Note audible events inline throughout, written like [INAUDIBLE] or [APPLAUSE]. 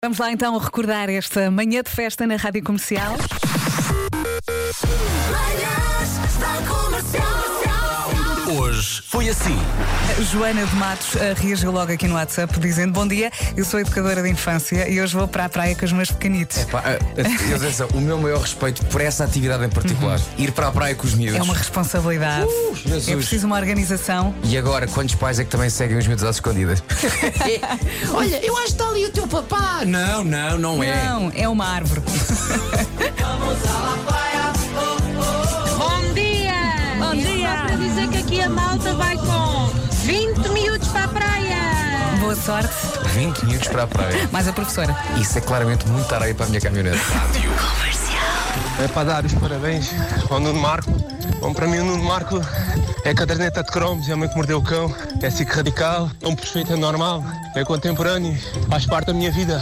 Vamos lá então recordar esta manhã de festa na Rádio Comercial. Manhãs da Comercial. Hoje foi assim. A Joana de Matos eh, reagiu logo aqui no WhatsApp dizendo: Bom dia, eu sou educadora de infância e hoje vou para a praia com os meus pequenitos. Pá, eh, a- a- atenção, o meu maior respeito por essa atividade em particular. Ir para a praia com os miúdos. Uhum. É uma responsabilidade. Uh, Jesus. é preciso uma organização. E agora, quantos pais é que também seguem os miúdos às escondidas? É. [LAUGHS] Olha, eu acho que está ali o teu papá. Não, não, não Ah, Não, é uma árvore. Bom dia! Bom Eu dia. Só para dizer que aqui a malta vai com 20 minutos para a praia! Boa sorte. 20 minutos para a praia. Mais a professora. Isso é claramente muita areia para a minha caminhonete. É para dar os parabéns ao Nuno Marco. Bom, para mim o Nuno Marco é caderneta de cromos, é a mãe que mordeu o cão, é psico radical, é um perfeito normal, é contemporâneo, faz parte da minha vida.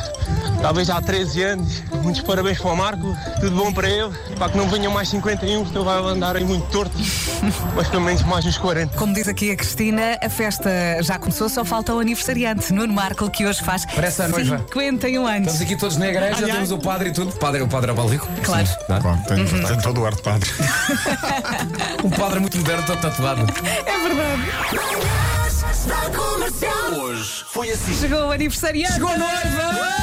Talvez há 13 anos. Muitos parabéns para o Marco, tudo bom para ele. Para que não venham mais 51, porque ele vai andar aí muito torto, [LAUGHS] mas pelo menos mais uns 40. Como diz aqui a Cristina, a festa já começou, só falta o aniversariante, Nuno Marco, que hoje faz Parece a noiva. 51 anos. Estamos aqui todos na igreja, temos o padre e tudo. Padre, é o padre Abalico. Claro. Tá? Pronto, Tá tem, tem todo o ar de padre. Um padre muito moderno, todo tatuado. É Manhãs da Comercial. Chegou o aniversariante. Chegou a noiva!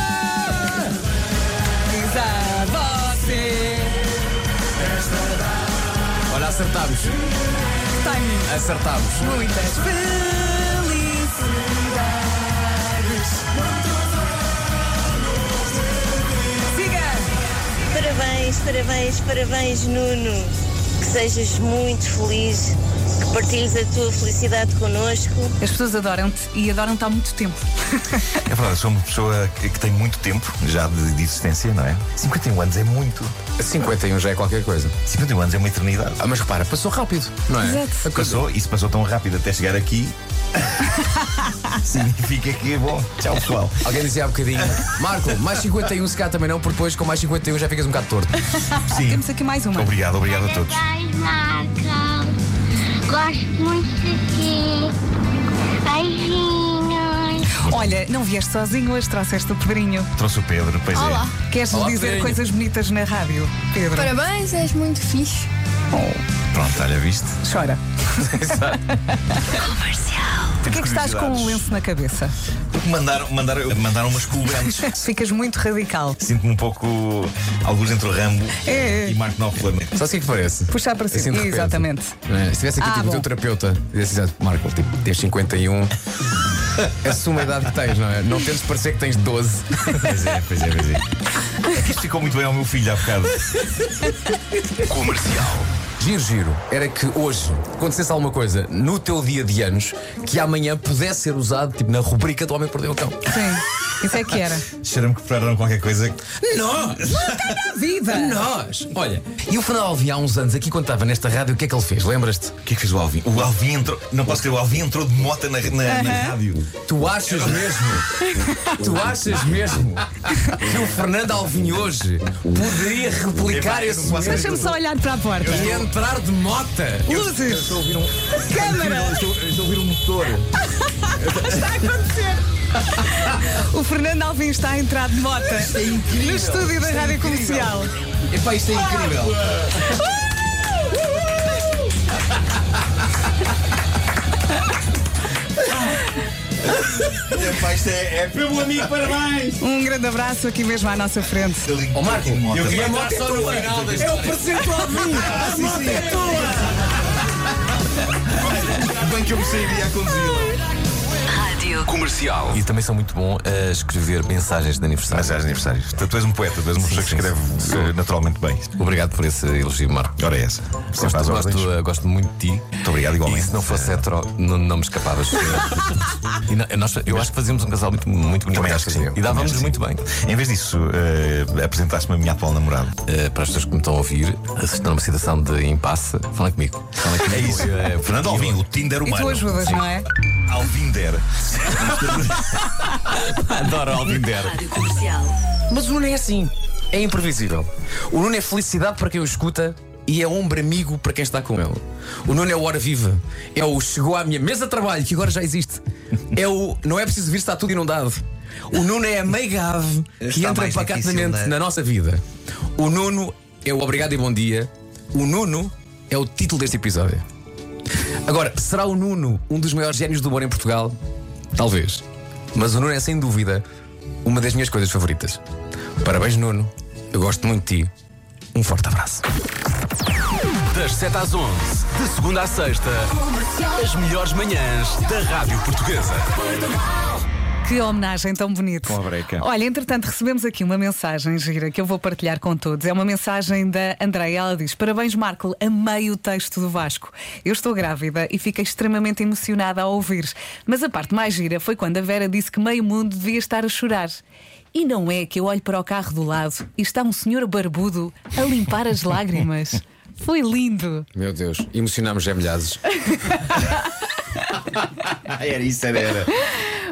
Diz a você. Olha, acertámos. Timing. Acertámos. Muitas felicidades. Siga! Parabéns, parabéns, parabéns, Nuno. Que sejas muito feliz, que partilhes a tua felicidade connosco. As pessoas adoram-te e adoram-te há muito tempo. É verdade, eu sou uma pessoa que que tem muito tempo já de, de existência, não é? 51 anos é muito. 51 já é qualquer coisa. 51 anos é uma eternidade. Ah, mas repara, passou rápido, não é? Exato. A coisa- Passou, isso passou tão rápido até [LAUGHS] chegar aqui. Significa que é bom. Tchau, pessoal. Alguém dizia há bocadinho, Marco, mais 51 se cá também não, porque depois com mais 51 já ficas um bocado torto. Sim. Temos aqui mais uma. Obrigado, obrigado a todos. Parabéns, Marco. Gosto muito de ti. Beijinhos. Olha, não vieste sozinho hoje, trouxeste o Pedrinho. Trouxe o Pedro, pois é. Olá. Queres lhe Olá, dizer Pedrinho. coisas bonitas na rádio, Pedro? Parabéns, és muito fixe. é. Pronto, olha, viste? Chora. Porquê que estás com um curiosidades. lenço na cabeça? [LAUGHS] Porque mandaram, mandaram, mandaram umas colubantes. Ficas muito radical. Sinto-me um pouco. Alguns entre o Rambo É. e Marco Noflame. Só assim que parece. Puxar para Assim de cima. repente. Exatamente. Não é? Se tivesse aqui Ah, tipo o bom. teu terapeuta, dizia assim, "Ah, Marco, tipo, tens 51. Assume a idade que tens, não é? Não tentes parecer que tens 12. Pois é, pois é, pois é. É que isto ficou muito bem ao meu filho há [LAUGHS] bocado. Comercial. Giro, giro, era que hoje acontecesse alguma coisa no teu dia de anos que amanhã pudesse ser usado, tipo, na rubrica do Homem que Perdeu o Cão. Sim. Isso é que era. Cheira-me que prepararam qualquer coisa. Nós! Viva! Nós! Olha, e o Fernando Alvim há uns anos, aqui quando estava nesta rádio, o que é que ele fez? Lembras-te? O que é que fez o Alvin? O Alvin entrou. Não posso crer, o Alvin entrou de mota na, na- na rádio. Tu achas mesmo? tu achas mesmo que o Fernando Alvim hoje poderia replicar Epá, eu esse não posso momento Deixa-me só olhar para a porta. e entrar de mota? Luzes! Câmara! um- Estou a ouvir um [LAUGHS] motor. O Fernando Alvim está a entrar de moto é no estúdio da Rádio Comercial. Epá, isto é incrível. Epá, isto é. é... Meu amigo, parabéns! Um grande abraço aqui mesmo à nossa frente. Ó Marco, Eu queria a moto estar é só no tua. final da É o presente do Alvim. [LAUGHS] A moto é tua. Bem que eu me sairia a conduzir. E também são muito bom a escrever mensagens de aniversário. Mas é aniversários. Tu, tu és um poeta, tu és uma pessoa que escreve eh, naturalmente bem. Obrigado por esse elogio, Marco. Ora é essa. Sempre às Gosto, ordens. gosto, uh, gosto muito de ti. Muito obrigado, igualmente. E se não fosse hetero, não, não me escapavas. [LAUGHS] E não- nós- eu acho que fazíamos um casal muito, muito bonito. Também acho que sim. E Também dávamos acho que muito sim. bem. Em vez disso, eh, apresentaste-me a minha atual namorada. Uh, para as pessoas que me estão a ouvir, se estão numa situação de impasse, falem comigo. Falem comigo. [LAUGHS] É isso. Uh, Fernando Alvim, o E Tinder tu humano. ajudas, não é? Alvinder. Adoro Alvinder. Mas o Nuno é assim, é imprevisível. O Nuno é felicidade para quem o escuta e é ombro amigo para quem está com ele. O Nuno é o hora viva, é o chegou à minha mesa de trabalho, que agora já existe. É o não é preciso vir, está tudo inundado. O Nuno é a meio gave que Está entra mais pacatamente difícil, né? na nossa vida. O Nuno é o obrigado e bom dia. O Nuno é o título deste episódio. Agora, será o Nuno um dos maiores génios do humor em Portugal? Talvez. Mas o Nuno é sem dúvida uma das minhas coisas favoritas. Parabéns, Nuno. Eu gosto muito de ti. Um forte abraço. Das 7 às 11, de segunda à sexta, as melhores manhãs da Rádio Portuguesa. Que homenagem tão bonita. Com a breca. Olha, entretanto, recebemos aqui uma mensagem gira que eu vou partilhar com todos. É uma mensagem da Andréia. Ela diz: Parabéns, Marco, amei o texto do Vasco. Eu estou grávida e fiquei extremamente emocionada ao ouvir. Mas a parte mais gira foi quando a Vera disse que meio mundo devia estar a chorar. E não é que eu olho para o carro do lado e está um senhor barbudo a limpar as lágrimas. Foi lindo. Meu Deus, emocionámos [LAUGHS] gemelhazes. Ah, Era isso, era. era.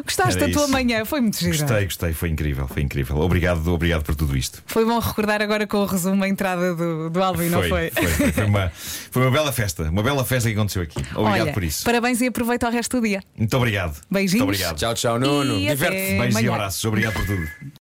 Gostaste Era da tua isso. manhã? Foi muito gira. [LAUGHS] Gostei, gostei, foi incrível, foi incrível. Obrigado, obrigado por tudo isto. Foi bom recordar agora com o resumo a entrada do, do Alvin, não foi? Foi, foi, foi uma, foi uma bela festa, uma bela festa que aconteceu aqui. Obrigado Olha, por isso. Parabéns e aproveita o resto do dia. Muito obrigado. Beijinhos. Muito obrigado. Tchau, tchau, Nuno. E até Beijos e amanhã. abraços. Obrigado por tudo.